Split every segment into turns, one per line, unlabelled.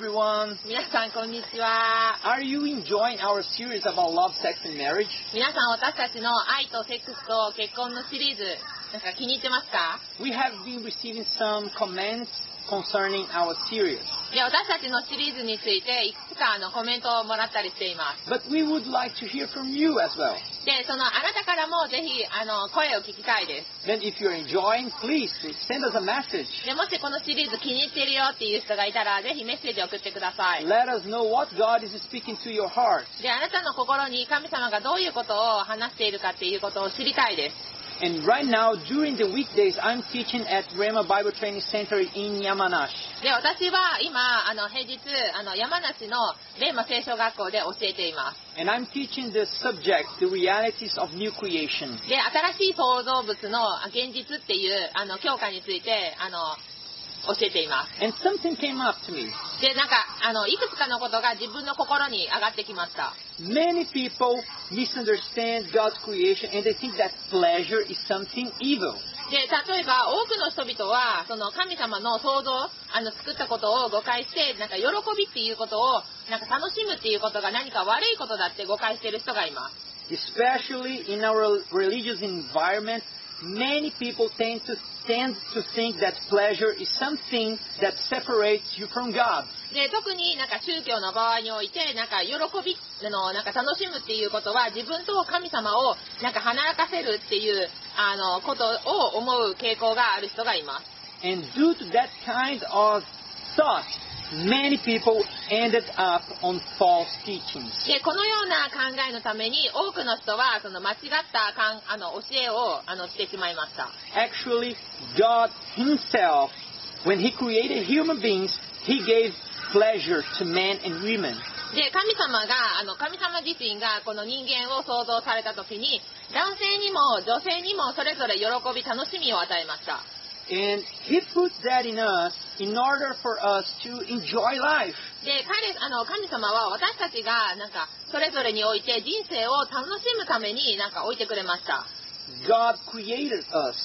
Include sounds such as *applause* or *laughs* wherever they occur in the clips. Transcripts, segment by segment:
everyone.
皆さんこんにちは
Are you enjoying our series about love, sex, and marriage?
皆さん私たちの愛とセックスと結婚のシリーズなんか気に入ってますか
We have been receiving some comments concerning our series,
で私たちのシリーズについていくつかあのコメントをもらったりしています
but we would like to hear from you as well.
でそのあなたからもぜひあの声を聞きたいです
Then, if you're enjoying, please send us a message.
でもしこのシリーズ気に入ってるよっていう人がいたらぜひメッセージを送ってください
Let us know what God is speaking to your heart.
であなたの心に神様がどういうことを話しているかっていうことを知りたいです
And right now, during the weekdays, I'm teaching at Rema Bible Training Center in Yamanashi.
で私は今あの平日あの山梨のレーマ聖書学校で教えています
And I'm teaching the subject, the realities of new creation.
で新しい創造物のあ現実っていうあの教科についてあの教えています
And something came up to me.
でなんかあのいくつかのことが自分の心に上がってきました
Many people misunderstand God's creation and they think that pleasure is something evil.
で例えば多くの人々はその神様の創造あの作ったことを誤解してなんか喜びっていうことをなんか楽しむっていうことが何か悪いことだって誤解してる人がいます
Especially in our religious environment, many people tend to, tend to think that pleasure is something that separates you from God.
で特になんか宗教の場合においてなんか喜びあのなんか楽しむっていうことは自分と神様をなんか離かせるっていうあのことを思う傾向がある人がいます
And due to that kind of thought, many people ended up on false teachings.
でこのような考えのために多くの人はその間違ったかんあの教えをあのしてしまいました
Actually, God Himself, when He created human beings, He gave pleasure to men and women.
で神様があの神様自身がこの人間を創造された時に男性にも女性にもそれぞれ喜び楽しみを与えました
And He put that in us in order for us to enjoy life.
で彼あの神様は私たちがなんかそれぞれにおいて人生を楽しむためになんか置いてくれました
God created us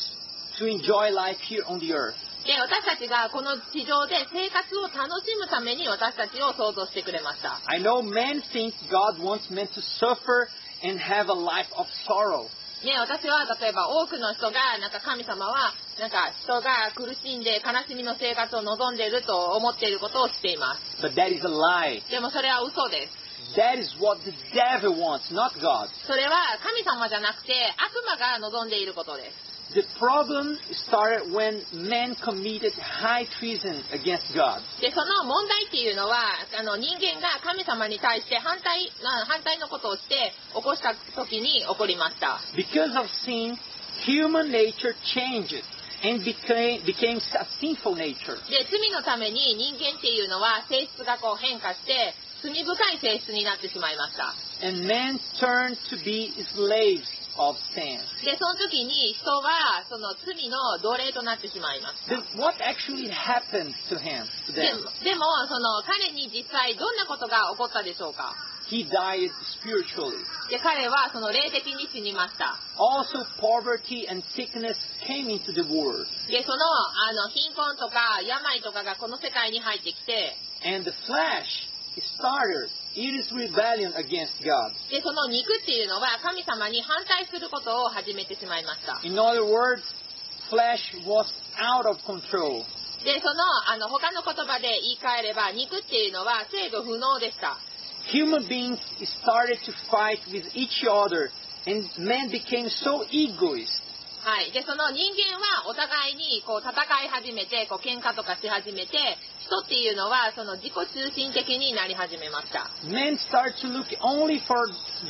to enjoy life here on the earth.
で私たちがこの地上で生活を楽しむために私たちを創造してくれました
I know men think God wants men to suffer and have a life of sorrow.
ね私は例えば多くの人がなんか神様はなんか人が苦しんで悲しみの生活を望んでいると思っていることをしています
But that is a lie.
でもそれは嘘です
That is what the devil wants, not God.
それは神様じゃなくて悪魔が望んでいることです
The problem started when men committed high treason against God.
でその問題っていうのはあの人間が神様に対して反対な反対のことをして起こした時に起こりました
Because of sin, human nature changed and became, became a sinful nature.
で罪のために人間っていうのは性質がこう変化して罪深い性質になってしまいました
And men turned to be slaves of sin.
でその時に人はその罪の奴隷となってしまいます
Then what actually happened to him? To
で
them?
でもその彼に実際どんなことが起こったでしょうか
He died spiritually.
で彼はその霊的に死にました
Also, poverty and sickness came into the world.
でそのあの貧困とか病とかがこの世界に入ってきて
And the flesh started in its rebellion against God.
でその肉っていうのは神様に反対することを始めてしまいました
In other words, flesh was out of control.
でそのあの他の言葉で言い換えれば肉っていうのは制御不能でした
Human beings started to fight with each other, and men became so egoist.
はいでその人間はお互いにこう戦い始めてこう喧嘩とかし始めて人っていうのはその自己中心的になり始めました
Men start to look only for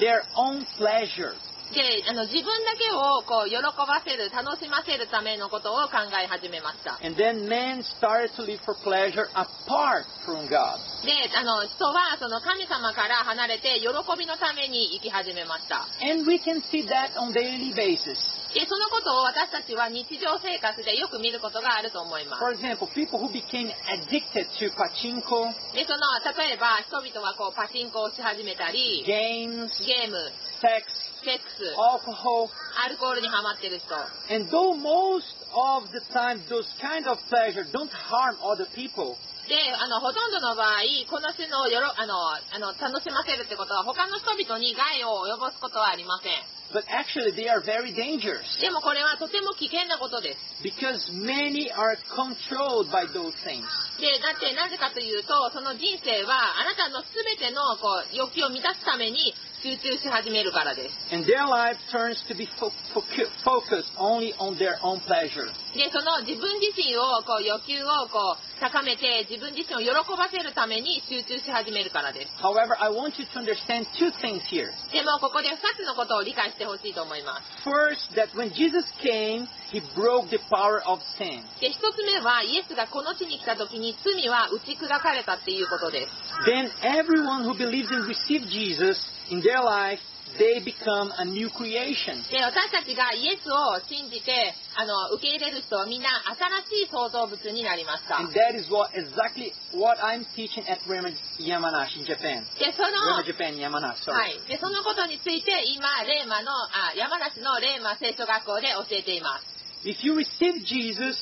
their own pleasure.
であの自分だけをこう喜ばせる楽しませるためのことを考え始めました
And then men started to live for pleasure apart from God.
であの人はその神様から離れて喜びのために生き始めました
And we can see that on daily basis.
でそのことを私たちは日常生活でよく見ることがあると思います
For example, people who became addicted to pachinko,
でその例えば人々はこうパチンコをし始めたり
games,
ゲーム
sex,
セックス
alcohol,
アルコールにはまってる人
And though most of the time those kind of pleasure don't harm other people,
で、あの、ほとんどの場合、この種のよろ、あの、あの、楽しませるってことは、他の人々に害を及ぼすことはありません。
But actually, they are very dangerous
でもこれはとても危険なことです。
because many are controlled by those things.
で、だってなぜかというと、その人生は、あなたの全ての、こう、欲求を満たすために集中し始めるからです。
And their life turns to be fo- focu- focused only on their own pleasure.
で、その自分自身を、こう、欲求を、こう、高めて、自分自身を喜ばせるために集中し始めるからです。
However, I want you to understand two things here.
でも、ここで2つのことを理解してほしいと思います。
First, that when Jesus came, he broke the power of sin.
で、一つ目は、イエスがこの地に来た時に罪は打ち砕かれたっていうことです。
Then everyone who believes and receives Jesus in their life, they become a new creation.
で、私たちがイエスを信じて、あの、受け入れる人はみんな新しい創造物になりました。
And that is what exactly what I'm teaching at Rema Yamanashi in Japan.
で、その
Rema、Japan Yamanashi,
は
sorry.
い。で、そのことについて、今、レーマの、あ、山梨のレーマ聖書学校で教えています。
If you receive Jesus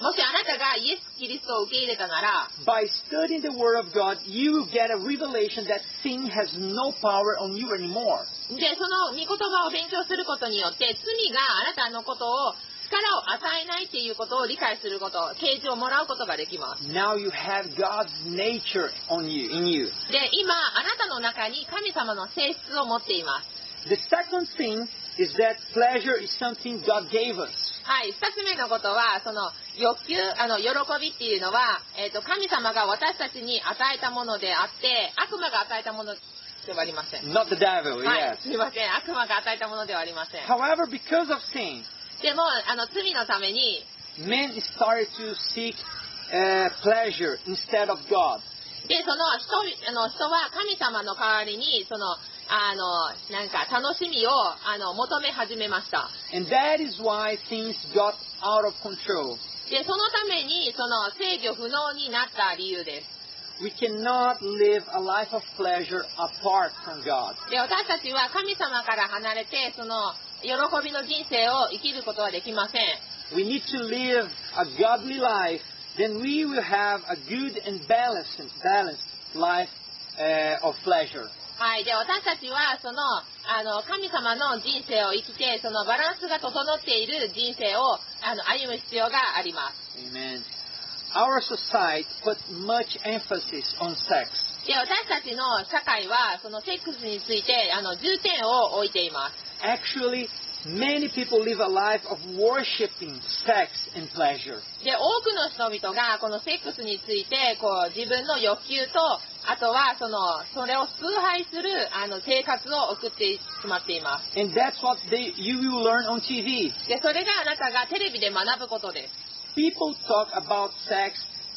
もしあなたがイエス・キリストを受け入れたなら、
by studying the Word of God, you get a revelation that sin has no power on you anymore.
で、その御言葉を勉強することによって、罪があなたのことを、力を与えないっていうことを理解すること、啓示をもらうことができます。
Now you have God's nature on you, in you.
で、今、あなたの中に神様の性質を持っています。
The second thing is that pleasure is something God gave us.
はい、二つ目のことは、その欲求、あの喜びっていうのは、えっ、と神様が私たちに与えたものであって、悪魔が与えたものではありません。
Not the devil,
はい、
yes.
すみません、悪魔が与えたものではありません。
However, because of sin,
でも、あの罪のために、
men started to seek uh, pleasure instead of God.
で、その人あの人は神様の代わりに、そのあのなんか楽しみをあの求め始めました。
And that is why things got out of control.
で、そのために、その制御不能になった理由です。
We cannot live a life of pleasure apart from God.
で私たちは神様から離れてその喜びの人生を生きることはできません
We need to live a godly life, then we will have a good and balanced, balanced life uh, of pleasure.
はいで私たちはそのあの神様の人生を生きてそのバランスが整っている人生をあの歩む必要があります
Amen. Our society puts much emphasis on sex.
で私たちの社会はそのセックスについてあの重点を置いています
Actually, many people live a life of worshipping sex and pleasure.
で多くの人々がこのセックスについてこう自分の欲求とあとはそのそれを崇拝するあの生活を送ってしまっています
And that's what they, you will learn on TV.
で、それがあなたがテレビで学ぶことです。
People talk about sex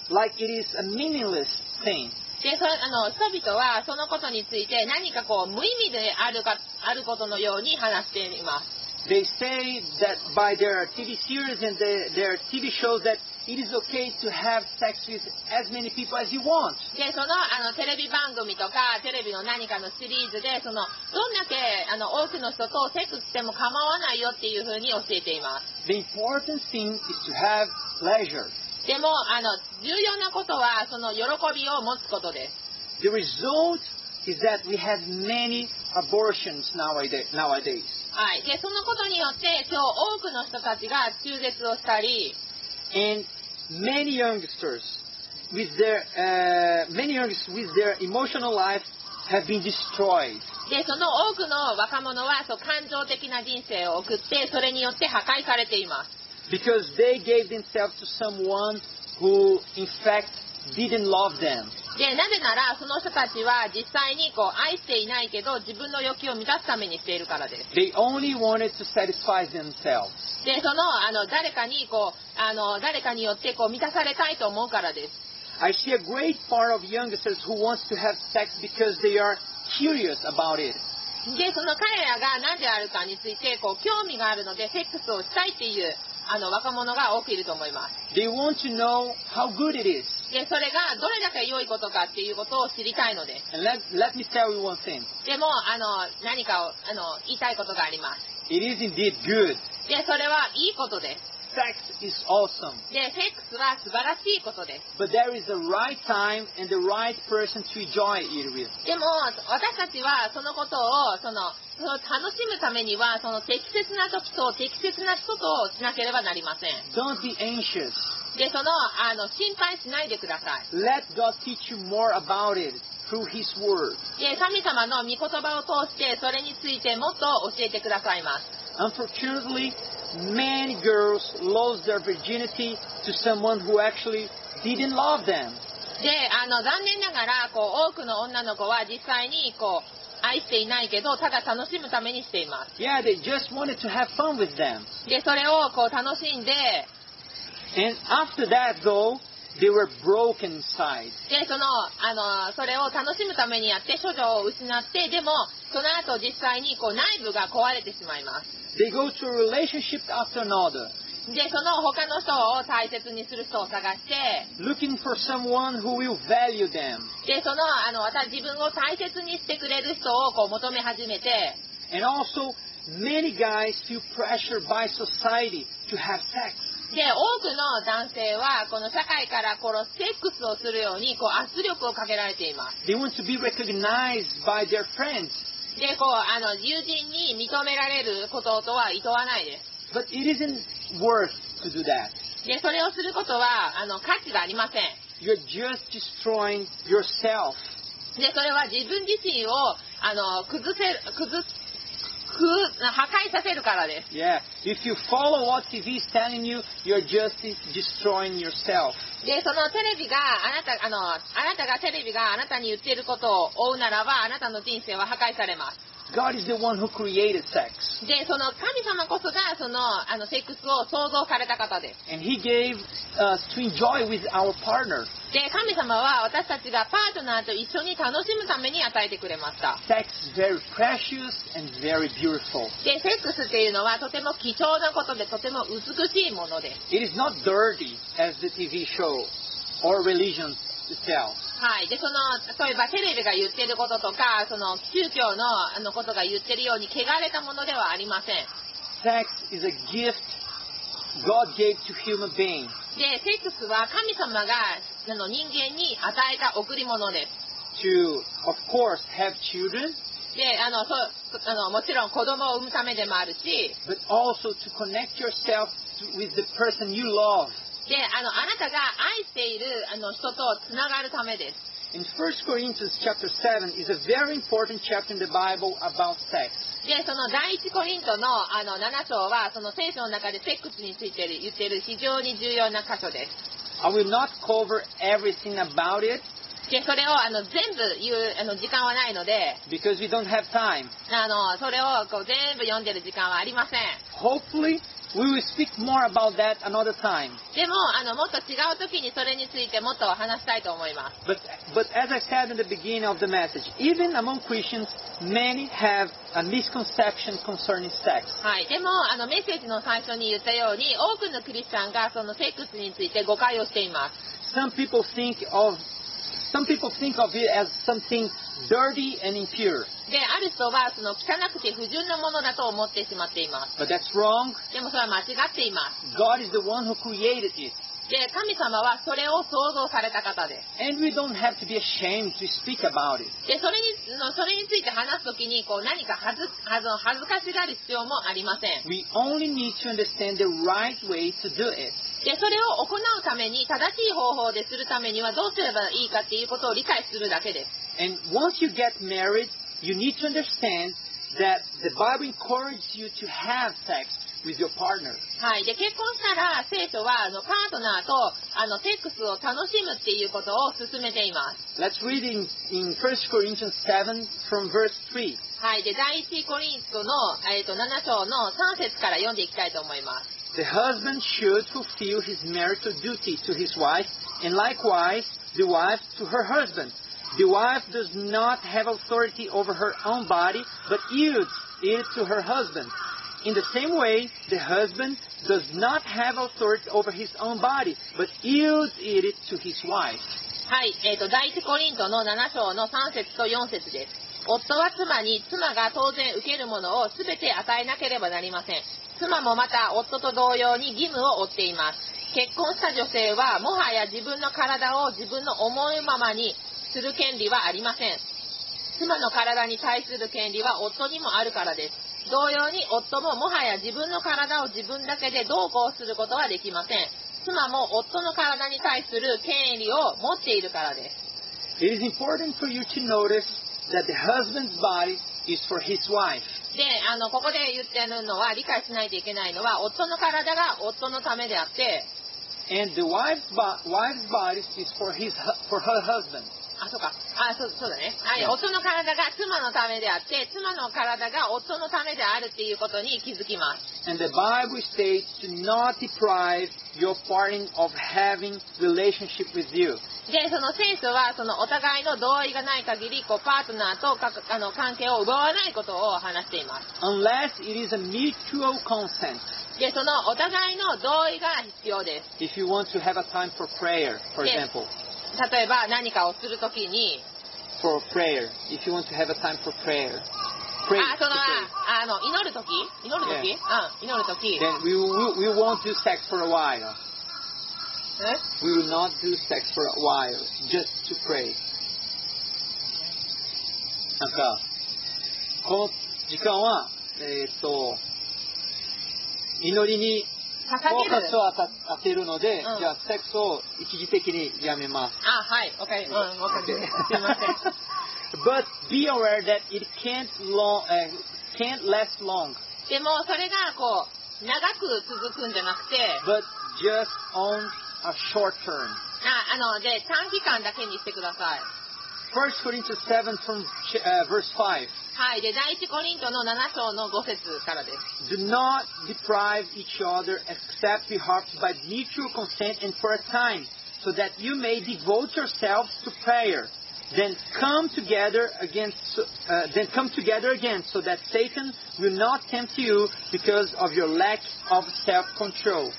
like it is a meaningless thing.
で、そあの人々はそのことについて何かこう無意味であるかあることのように話しています。
They say that by their TV series and their, their TV shows that it is okay to have sex with as many people as you want.
で、そのあのテレビ番組とかテレビの何かのシリーズで、そのどんだけあの多くの人とセックスしても構わないよっていうふうに教えています。
The important thing is to have pleasure.
でも、あの、重要なことは、その喜びを持つことです。
The result is that we have many abortions nowadays. nowadays.
はい。で、そのことによって、今日多くの人たちが中絶をしたり、
And many youngsters with their, uh, many youngsters with their emotional life have been destroyed.
で、その多くの若者はそう感情的な人生を送って、それによって破壊されています。
because they gave themselves to someone who, in fact, didn't love them.
で、なぜなら、その人たちは実際にこう愛していないけど、自分の欲求を満たすためにしているからです。
They only wanted to satisfy themselves.
で、その、あの、誰かに、こう、あの、誰かによって、こう、満たされたいと思うからです。
I see a great part of youngsters who wants to have sex because they are curious about it.
で、その彼らが何であるかについて、こう、興味があるので、セックスをしたいっていう、あの、若者が多くいると思います。
They want to know how good it is.
で、それがどれだけ良いことかっていうことを知りたいのです。
And let, let me tell you one thing.
でも、あの、何かを、あの、言いたいことがあります。
It is indeed good.
で、それはいいことです。
sex is awesome,
で、セックスは素晴らしいことです。
but there is a right time and the right person to enjoy it with.
でも、私たちはそのことを、その、その楽しむためには、その適切な時と適切な人としなければなりません。
Don't be anxious.
で、その、あの、心配しないでください。
Let God teach you more about it through His Word.
で、神様の御言葉を通して、それについてもっと教えてくださいます。
Unfortunately, many girls lost their virginity to someone who actually didn't love them.
で、あの、残念ながら、こう、多くの女の子は実際に、こう、愛していないけど、ただ楽しむためにしていま
Yeah, they just wanted to have fun with them.
す。で、それを、こう、楽しんで、
And after that, though, they were broken inside.
で、その、あの、それを楽しむためにやって、処女を失って、でも、その後実際に、こう、内部が壊れてしまいます。
They go to a relationship after another,
で、その他の人を大切にする人を探して、
looking for someone who will value them.
で、その、あの、私、自分を大切にしてくれる人を、こう、求め始めて、
And also, many guys feel pressured by society to have sex.
で、多くの男性は、この社会からこのセックスをするように、こう、圧力をかけられています。
They want to be recognized by their friends.
で、こう、あの、友人に認められることとは厭わないで
But it isn't worth to do that.
す。で、それをすることは、あの、価値がありません。
You're just destroying yourself.
で、それは自分自身を、あの、崩せる、崩す、く、破壊させるからです。
Yeah. If you follow what TV is telling you, you're just destroying yourself.
で、そのテレビが、あなた、あの、あなたがテレビがあなたに言っていることを追うならば、あなたの人生は破壊されます。
God is the one who created sex.
で、その神様こそが、その、あの、セックスを創造された方です。
And He gave us to enjoy with our partner.
で、神様は私たちがパートナーと一緒に楽しむために与えてくれました。
Sex is very precious and very beautiful.
で、セックスっていうのはとても貴重なことで、とても美しいものです。
It is not dirty as the TV show or religions tell.
はい。で、その、例えばテレビが言ってることとか、その、宗教の、あの、ことが言ってるように、汚れたものではありません。
Sex is a gift God gave to human beings.
で、セックスは神様が、あの、人間に与えた贈り物です。
to, of course, have children,
で、あの、そう、あの、もちろん子供を産むためでもあるし、
but also to connect yourself to, with the person you love.
で、あの、あなたが愛している、あの、人とつながるためです。
In 1 Corinthians chapter 7 is a very important chapter in the Bible about sex.
で、その第一コリントの、あの、7章は、その聖書の中でセックスについて言っている非常に重要な箇所です。
I will not cover everything about it
で、それをあの全部言うあの時間はないので、
because we don't have time.
あの、それをこう全部読んでる時間はありません。
Hopefully, we will speak more about that another time.
でも、あの、もっと違う時にそれについてもっと話したいと思います。
But, but as I said in the beginning of the message, even among Christians, many have a misconception concerning sex.
はい。でも、あの、メッセージの最初に言ったように、多くのクリスチャンがそのセックスについて誤解をしています。
Some people think of some people think of it as something dirty and impure,
で、ある人はその汚くて不純なものだと思ってしまっています。
but that's wrong.
でもそれは間違っています。
God is the one who created it,
で、神様はそれを創造された方で
and we don't have to be ashamed to speak about it.
す。で、それに、のそれについて話すときに、こう、何か恥ず、恥ず、恥ずかしがる必要もありません。
We only need to understand the right way to do it.
で、それを行うために、正しい方法でするためにはどうすればいいかっていうことを理解するだけです。
And once you get married, you need to understand that the Bible encourages you to have sex with your partner.
はい。で、結婚したら、生徒は、あの、パートナーと、あの、セックスを楽しむっていうことを進めています。
Let's read in, in 1 Corinthians 7 from verse 3.
はい。で、第1コリントの、えっ、と、7章の3節から読んでいきたいと思います。
The husband should fulfill his marital duty to his wife, and likewise the wife to her husband. The wife does not have authority over her own body, but yields it to her husband. In the same way, the husband does not have authority over his own body, but yields it to his wife.
はい、えー、と第一コリントの7章の3節と4節です夫は妻に妻が当然受けるものを全て与えなければなりません妻もまた夫と同様に義務を負っています結婚した女性はもはや自分の体を自分の思うままにする権利はありません妻の体に対する権利は夫にもあるからです同様に夫ももはや自分の体を自分だけでどうこうすることはできません妻も夫の体に対する権利を持っているからです
It is important for you to notice that the husband's body is for his wife.
であのここで言ってるのは理解しないといけないのは夫の体が夫のためであって
And the wife's, bo- wife's body is for, his, hu- for her husband.
あそうかあそうそうだね、はい、
うん
夫の体が妻のためであって妻の体が夫のためであるっていうことに気づきます
And the Bible states to not deprive your partner of having relationship with you.
でその聖書はそのお互いの同意がない限りこうパートナーとかあの関係を奪わないことを話しています
Unless it is a mutual consent.
でそのお互いの同意が必要です
If you want to have a time for prayer, for
Yes.
example,
例えば何かをするときに
for prayer, if you want to have a time for prayer,
あ
pray. to
その
pray.
あの祈るとき祈るとき、
Yeah.
うん祈るとき
Then we, will, we won't do sex for a while.
え
We will not do sex for a while, just to pray. なんか、この時間は、えーっと、祈りにフ
捧
ォ
げ
ー
る
カスを当た当てるので、
うん
じゃあセックスを一時的にやめます。
あはいわかりうんわかり
Okay.
すいません
*laughs* But be aware that it can't, long, uh, can't last long,
でもそれがこう長く続くんじゃなくて
but just on a short term.
ああので短期間だけにしてください
1 Corinthians 7 from uh, verse 5.
はいで第一コリントの7章の5節からです
Do not deprive each other except perhaps by mutual consent and for a time, so that you may devote yourselves to prayer. Then come together again. So, uh, then come together again, so that Satan will not tempt you because of your lack of self-control.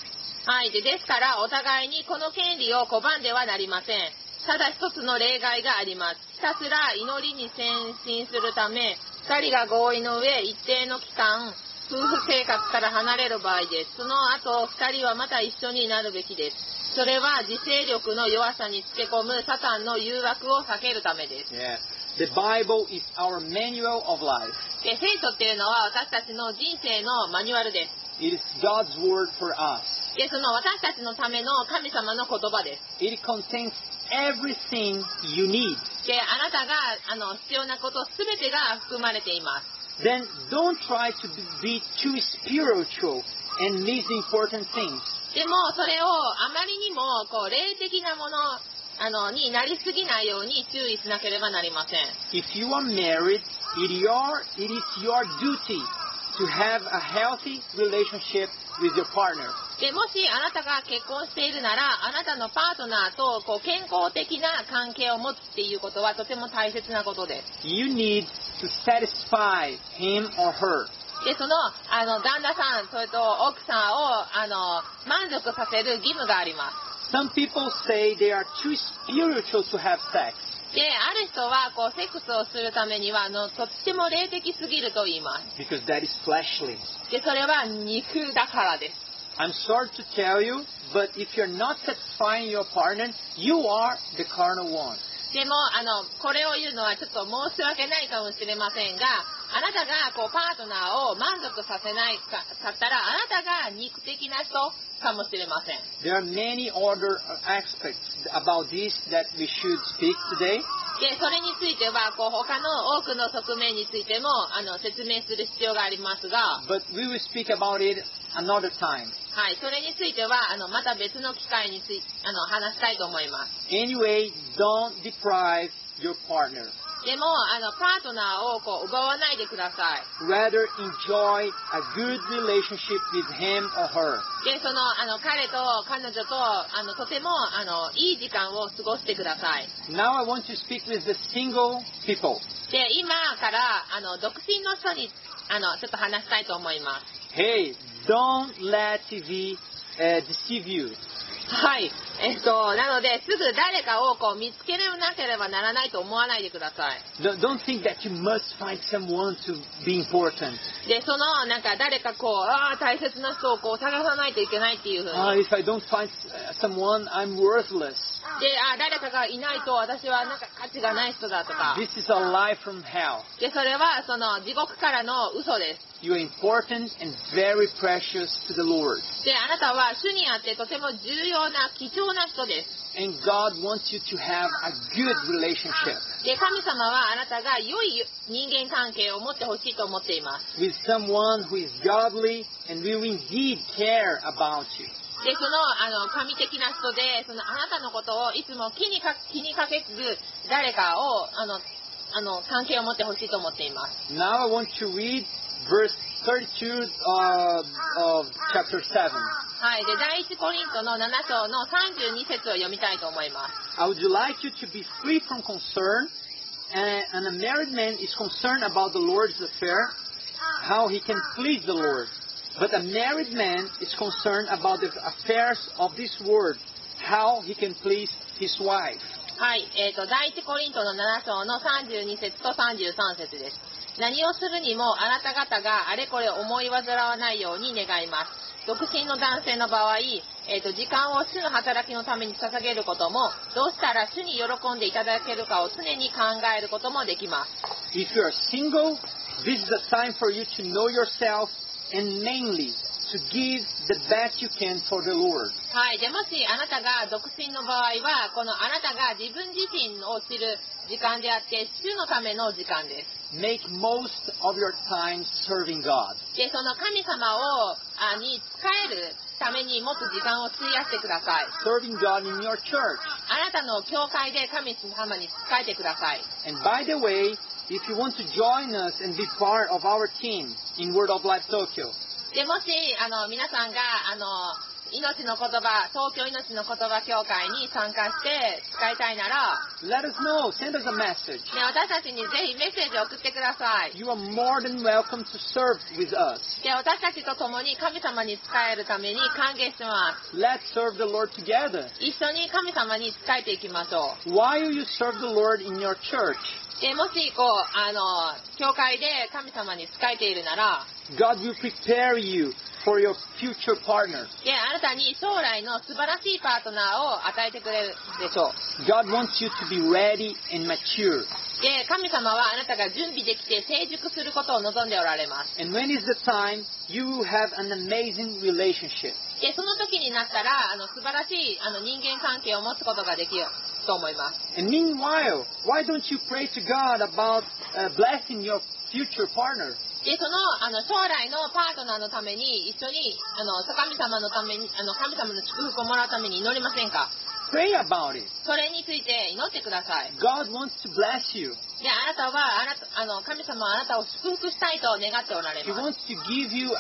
はいでですからお互いにこの権利を拒んではなりませんただ一つの例外がありますひたすら祈りに先進するため2人が合意の上一定の期間夫婦生活から離れる場合ですその後2人はまた一緒になるべきですそれは自制力の弱さにつけ込むサタンの誘惑を避けるためです
Yes, the Bible is our manual of life.
で聖書っていうのは私たちの人生のマニュアルです
It is God's word for us.
でその私たちのための神様の言葉です
It contains everything you need.
であなたがあの必要なこと全てが含まれています
then don't try to be- be too spiritual and miss the important things.
でもそれをあまりにもこう霊的なものあのになりすぎないように注意しなければなりません
If you are married, it, your, it is your duty to have a healthy relationship with your partner.
でもしあなたが結婚しているならあなたのパートナーとこう健康的な関係を持つっていうことはとても大切なことです
You need to satisfy him or her.
でそのあの旦那さんそれと奥さんをあの満足させる義務があります
Some people say they are too spiritual to have sex.
である人はこうセックスをするためにはあのとっても霊的すぎると言いま
Because that is fleshly.
すでそれは肉だからです
I'm sorry to tell you, but if you're not satisfying your partner, you are the carnal one.
でもあのこれを言うのはちょっと申し訳ないかもしれませんがあなたがこうパートナーを満足させないかさったらあなたが肉的な人かもしれません
There are many other uh, aspects about this that we should speak today,
でそれについてはこう他の多くの側面についてもあの説明する必要がありますが、
but we will speak about it another time.
はい、それについてはあのまた別の機会についあの話したいと思います
Anyway, don't deprive your partner.
でもあのパートナーをこう奪わないでください
Rather, enjoy a good relationship with him or her.
でそのあの彼と彼女とあのとてもあのいい時間を過ごしてください
Now, I want to speak with the single people.
で今からあの独身の人にあのちょっと話したいと思いま
Hey, don't let TV uh, deceive you.
すはいえっと、なので、すぐ誰かをこう見つけなければならないと思わないでください。
Don't- Don't think that you must find someone to be important.
で、その、なんか誰かこう、ああ、大切な人をこう探さないといけないっていうふうに。
Ah, if I don't find uh, someone, I'm worthless.
で、ああ、誰かがいないと私はなんか価値がない人だとか。
This is a lie from hell.
で、それはその地獄からの嘘で
You are important and very precious to the Lord.
す。で、あなたは主にあってとても重要な貴重な人です。
And God wants you to have a good relationship
で、神様はあなたが良い人間関係を持ってほしいと思っています。
with someone who is godly and will indeed care about you.
で、その、あの、神的な人で、その、あなたのことをいつも気にか、気にかけず、誰かを、あの、あの、関係を持ってほしいと思っています。
Now I want to read verse 32 of, of chapter 7.
はい。で、第一コリントの7章の32節を読みたいと思います。
I would like you to be free from concern, and, and a married man is concerned about the Lord's affair, how he can please the Lord. But a married man is concerned about the affairs of this world, how he can please his wife.
はい。えっ、と、第一コリントの7章の32節と33節です。何をするにも、あなた方があれこれ思い煩わないように願います。独身の男性の場合、えっ、と、時間を主の働きのために捧げることも、どうしたら主に喜んでいただけるかを常に考えることもできます。
If you are single, this is a time for you to know yourself and mainly to give the best you can for the Lord.
はい。で、もしあなたが独身の場合は、このあなたが自分自身を知る時間であって、主のための時間です。
Make most of your time serving God.
で、その神様を、あに仕えるためにもっと時間を費やしてください。
Serving God in your church.
あなたの教会で神様に仕えてください。
And by the way, if you want to join us and be part of our team in Word of Life Tokyo,
で、もし、あの、皆さんが、あの、命の言葉、東京命の言葉協会に参加して使いたいなら、
let us know. Send us a message.
ね、私たちにぜひメッセージを送ってください。
You are more than welcome to serve with us.
で、私たちと共に神様に仕えるために歓迎してま
Let's serve the Lord together.
す。一緒に神様に仕えていきましょう。
Why do you serve the Lord in your church?
で、もし、こう、あの、教会で神様に仕えているなら、
God will prepare you for your future partner.
で、あなたに将来の素晴らしいパートナーを与えてくれるでしょう。
God wants you to be ready and mature.
で、神様はあなたが準備できて成熟することを望んでおられます。
And when is the time you will have an amazing relationship?
で、その時になったら、あの、素晴らしい、あの、人間関係を持つことができると思います。
And meanwhile, why don't you pray to God about uh, blessing your future partner?
で、その、あの、将来のパートナーのために、一緒に、あの、神様のために、あの、神様の祝福をもらうために祈りませんか
Pray about it.
それについて祈ってください。
God wants to bless you.
で、あなたは、あなた、あの、神様はあなたを祝福したいと願っておられ
He
ます。
wants to give you a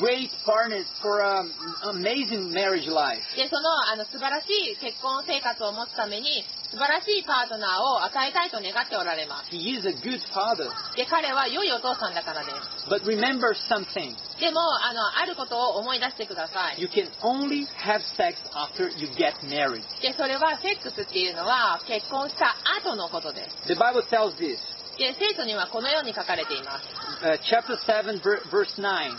great partner for an amazing marriage life.
で、その、あの、素晴らしい結婚生活を持つために、素晴らしいパートナーを与えたいと願っておられます。
He is a good father.
で、彼は良いお父さんだからです。
But remember something.
でも、あの、あることを思い出してください。
You can only have sex after you get married.
で、それはセックスっていうのは結婚した後のことです。
The Bible tells this.
で、聖書にはこのように書かれています。
Uh, chapter 7, ver- verse 9.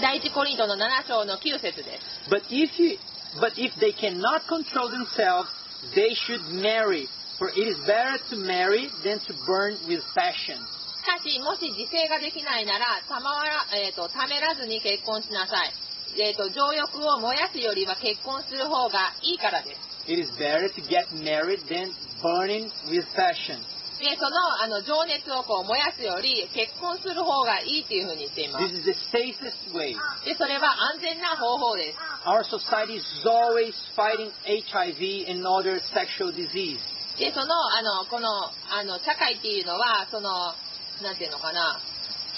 第一コリントの7章の9節です。
But if, you, but if they cannot control themselves, they should marry, for it is better to marry than to burn with passion.
しかし、もし自制ができないなら、たまわら、えっ、と、ためらずに結婚しなさい。えっ、と、情欲を燃やすよりは結婚する方がいいからです。
It is better to get married than burning with passion.
で、その、あの、情熱をこう燃やすより、結婚する方がいいっていうふうに言っていま
This
す。
is the safest way.
で、それは安全な方法です。
Our society is always fighting HIV and other sexual disease.
で、その、あの、この、あの、社会っていうのは、その、なんていうのかな、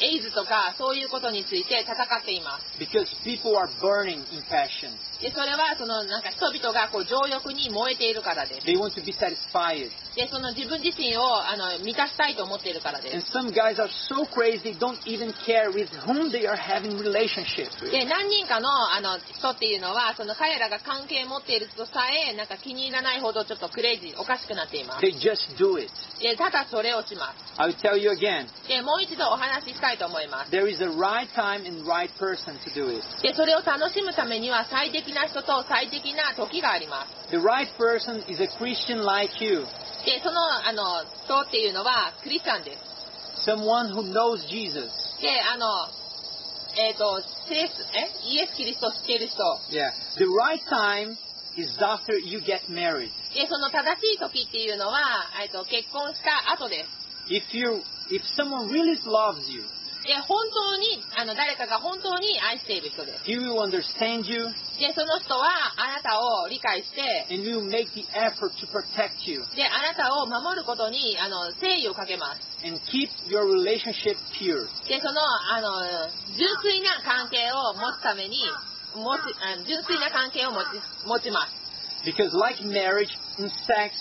エイズとか、そういうことについて戦っています。
Because people are burning in passion.
ででそれはそのなんか人々がこう情欲に燃えているからです
They want to be satisfied.
でその自分自身をあの満たしたいと思っているからで
And
す
some guys are so crazy, they don't even care with whom they are having relationships with.
で何人かのあの人っていうのはその彼らが関係持っているとさえなんか気に入らないほどちょっとクレイジーおかしくなっています
They just do it.
でただそれをしま
I will tell you again,
すでもう一度お話ししたいと思います
there is a right time and right person to do it.
でそれを楽しむためには最適な人と最適な時があります
The right person is a Christian like you,
でそのあの人っていうのはクリスチャンです
someone who knows Jesus.
であのえっ、と聖すえイエス・キリストを知っている人
Yeah. The right time is after you get married.
でその正しい時っていうのは、えっと結婚した後です
If you if someone really loves you,
で本当にあの誰かが本当に愛している人です
he will understand you
でその人はあなたを理解して
and will make the effort to protect you
であなたを守ることにあの誠意をかけます
and keep your relationship pure.
でそのあの純粋な関係を持つために持つあの純粋な関係を持ち持ちます
Because like marriage and sex,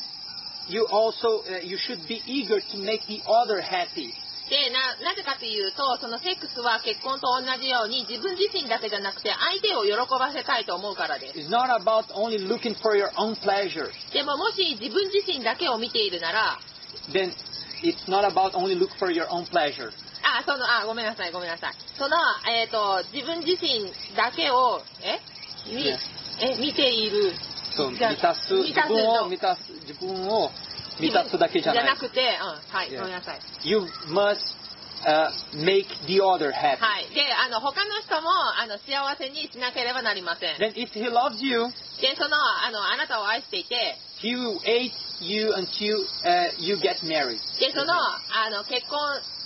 you also uh, you should be eager to make the other happy.
でななぜかというとそのセックスは結婚と同じように自分自身だけじゃなくて相手を喜ばせたいと思うからです
It's not about only looking for your own pleasure.
でももし自分自身だけを見ているなら
Then it's not about only look for your own pleasure.
あそのあごめんなさいごめんなさいその、えー、と自分自身だけをえみ
Yes.
え見ている
そう
じゃあ
満たす
満
自
たす
分を
の
満たす自分を満たすだけじゃない
くて、うん、はい、
Yeah.
ごめんなさい
You must、uh, make the other happy
はいであの他の人もあの幸せにしなければなりませんで
Then if he loves you
そのあのあなたを愛していて
he will hate you until、uh, you get married
でそのあの結婚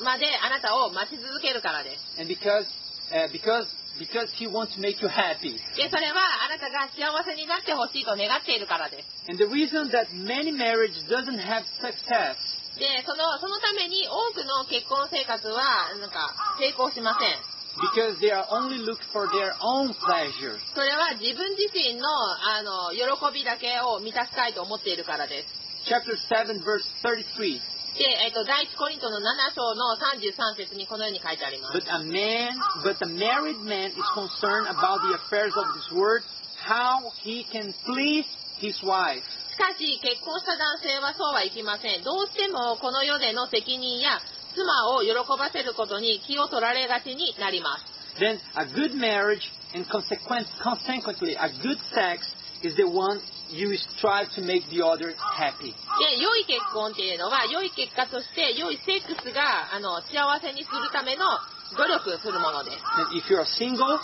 まであなたを待ち続けるからです
and because、uh, because because he wants to make you happy
でそれはあなたが幸せになってほしいと願っているからです
and the reason that many marriage doesn't have success
でそのそのために多くの結婚生活はなんか成功しません
because they are only look for their own pleasure
それは自分自身のあの喜びだけを満たしたいと思っているからです
chapter 7 verse 33
で、えっと第1コリントの7章の33節にこのように書いてあります
But a man, but a married man is concerned about the affairs of this world, how he can please his wife.
しかし結婚した男性はそうはいきませんどうしてもこの世での責任や妻を喜ばせることに気を取られがちになります
Then a good marriage and consequent, consequently a good sex is the one you strive to make the other happy.
で良い結婚っていうのは良い結果として良いセックスがあの幸せにするための努力するものです
And if you are single,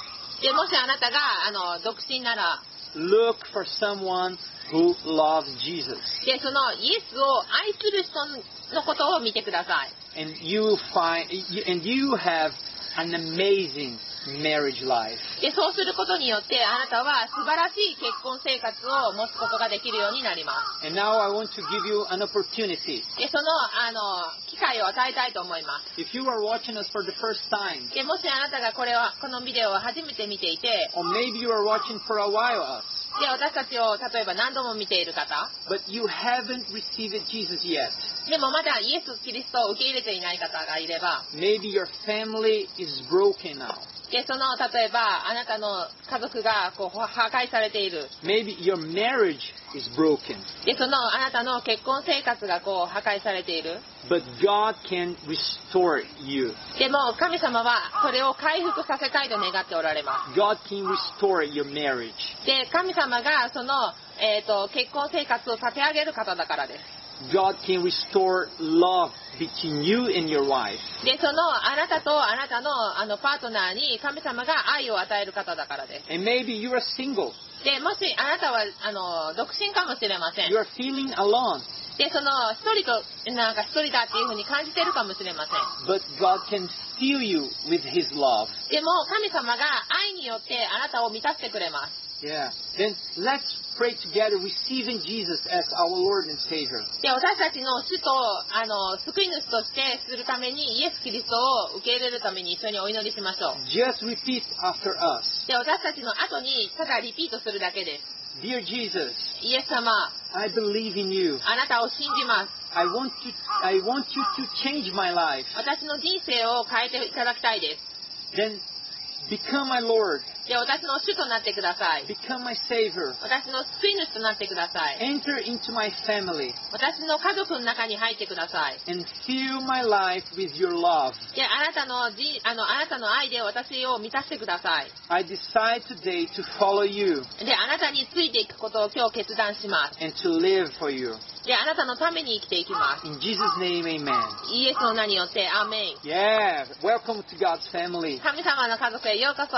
でもしあなたがあの独身なら
look for someone who loves Jesus,
でそのイエスを愛する人のことを見てください
and you will find, and you have an amazing marriage life.
でそうすることによってあなたは素晴らしい結婚生活を持つことができるようになります
And now I want to give you an opportunity.
でそのあの機会を与えたいと思いま
If you are watching us for the first time,
すでもしあなたがこれはこのビデオを初めて見ていて
or maybe you are watching for a while us,
で私たちを例えば何度も見ている方
but you haven't received Jesus yet.
でもまだイエス・キリストを受け入れていない方がいれば
Maybe your family is broken now.
でその例えばあなたの家族がこう破壊されている
Maybe your marriage is broken.
でそのあなたの結婚生活がこう破壊されている
But God can restore you.
でも神様はそれを回復させたいと願っておられま
God can restore your marriage.
すで神様がその、えー、と結婚生活を立て上げる方だからです
God can restore love between you and your wife.
でそのあなたとあなたのあのパートナーに神様が愛を与える方だからです
And maybe you are single.
でもしあなたはあの独身かもしれません
You are feeling alone.
でその一人となんか一人だっていうふうに感じてるかもしれません
But God can fill you with His love.
でも神様が愛によってあなたを満たしてくれます
Yeah. Then let's pray together, receiving Jesus as our Lord and Savior.
で、私たちの主と、あの、救い主としてするために、イエス・キリストを受け入れるために一緒にお祈りしましょう。
Just repeat after us
で、私たちの後に、ただリピートするだけです。
Dear Jesus,
イエス様、あ
I believe in you.
なたを信じます。
I want, to, I want you to change my life.
私の人生を変えていただきたいです。
Then become my Lord,
で、私の主となってください。
become my Savior.
私の救い主となってください。
Enter into my family
私の家族の中に入ってください。
and fill my life with your love.
で、あなたのじあの、あなたの愛で私を満たしてください。
I decide today to follow you
で、あなたについていくことを今日決断しま
and to live for you.
す。で、あなたのために生きていきます。
In Jesus' name, amen.
イエスの名によって、アーメン。
Yeah, welcome to God's family.
神様の家族へようこそ。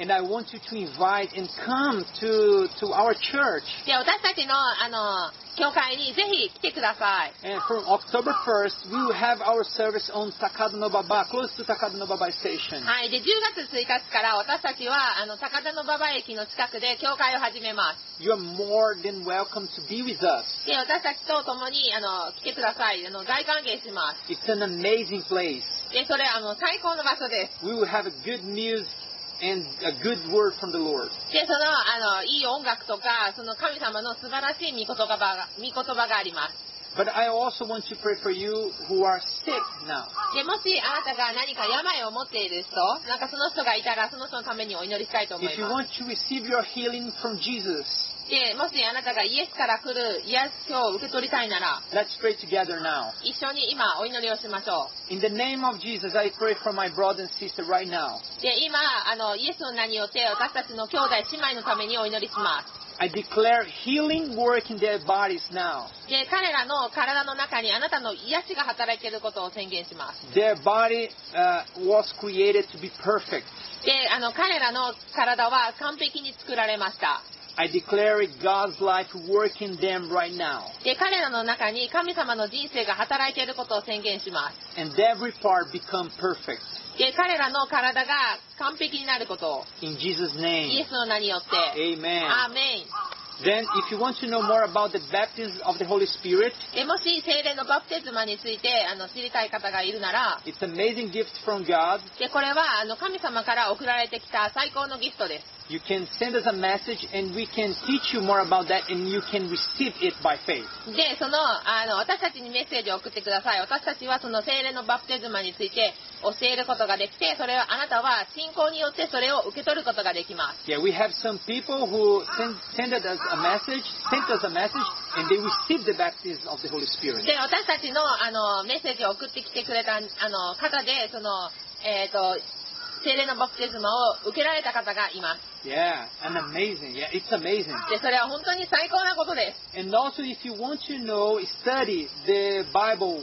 And I want you to invite and come to, to our church.
で、私たちの、あの、教会にぜひ来てください。
And from October 1st, we will have our service on Takado no Baba, close to Takado no Baba station.
はい。で、10月1日から私たちは、あの、高田の馬場駅の近くで教会を始めま
You are more than welcome to be with us.
す。で、私たちと共に、あの、来てください。あの、大歓迎しま
It's an amazing place.
す。で、それ、あの、最高の場所です。
We will have a good music and a good word from the Lord.
で、その、あの、いい音楽とか、その神様の素晴らしい御言葉が、御言葉があります。
But I also want to pray for you who are sick now.
で、もしあなたが何か病を持っている人、なんかその人がいたら、その人のためにお祈りしたいと思い
If you
ま
want to receive your healing from Jesus,
す。で、もしあなたがイエスから来る癒しを受け取りたいなら、
let's pray together now.
一緒に今お祈りをしましょ
In the name of Jesus, I pray for my brother and sister right now.
う。で、今、あの、イエスの名によって私たちの兄弟、姉妹のためにお祈りしま
I declare healing work in their bodies now.
す。で、彼らの体の中にあなたの癒しが働いていることを宣言します。
Their body uh, was created to be perfect.
で、あの、彼らの体は完璧に作られました。
I declare God's life work in them right now.
で、彼らの中に神様の人生が働いていることを宣言します。
And every part become perfect.
で、彼らの体が完璧になることを、
In Jesus'
イエ
name.
スの名によって、
Amen.
アーメン。
Then, if you want to know more about the baptism of the Holy Spirit,
で、もし精霊のバプテスマについてあの知りたい方がいるなら、
it's amazing gift from God.
で、これはあの神様から送られてきた最高のギフトです。
You can send us a message and we can teach you more about that and you can receive it by faith.
で、その、あの、私たちにメッセージを送ってください。私たちはその精霊のバプテスマについて教えることができて、それはあなたは信仰によってそれを受け取ることができます。
Yeah, we have some people who send, sent us a message, sent us a message, and they received the baptism of the Holy Spirit.
で、私たちのあのメッセージを送ってきてくれたあの方で、その、えっ、と、精霊のバプテスマを受けられた方がいます。
Yeah, and amazing. Yeah, it's amazing.
で、それは本当に最高なことです。
And also, if you want to know, study the Bible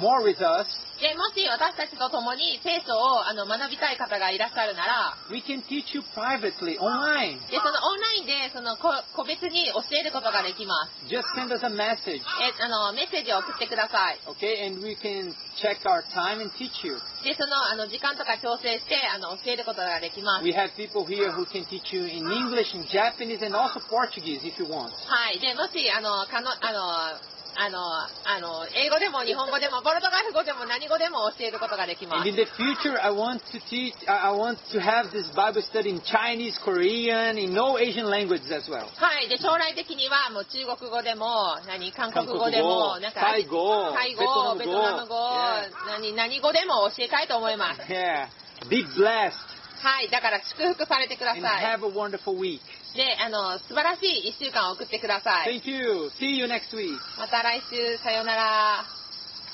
more with us,
で、もし私たちと共に聖書をあの学びたい方がいらっしゃるなら、
we can teach you privately online.
で、そのオンラインで、その個個別に教えることができます。
Just send us a message,
え、あの、メッセージを送ってください。
okay? And we can check our time and teach you.
で、その、あの、時間とか調整して、あの、教えることができます。
We have people here who can teach you in English, in Japanese, and also Portuguese if you want.
はい。で、もし、あの、かの、あの、あの、あの、英語でも日本語でも、ポルトガル語でも何語でも教えることができま
And
す
in。the future, I want to teach, I I want to have this Bible study in Chinese, Korean, in no Asian languages as well.
はい。で、将来的には、もう中国語でも、何、韓国語でも、
韓国語
なんか、
タイ語
タイ語ベ
ベ
ト
ト
ナ
ナ
ム
ム
語
語、
何、何語でも教えたいと思います。
Yeah. Be blessed
はい。だから、祝福されてくだ
and
さい。
have a wonderful week.
で、あの、素晴らしい一週間を送ってください。
Thank you. See you next week.
また来週、さようなら。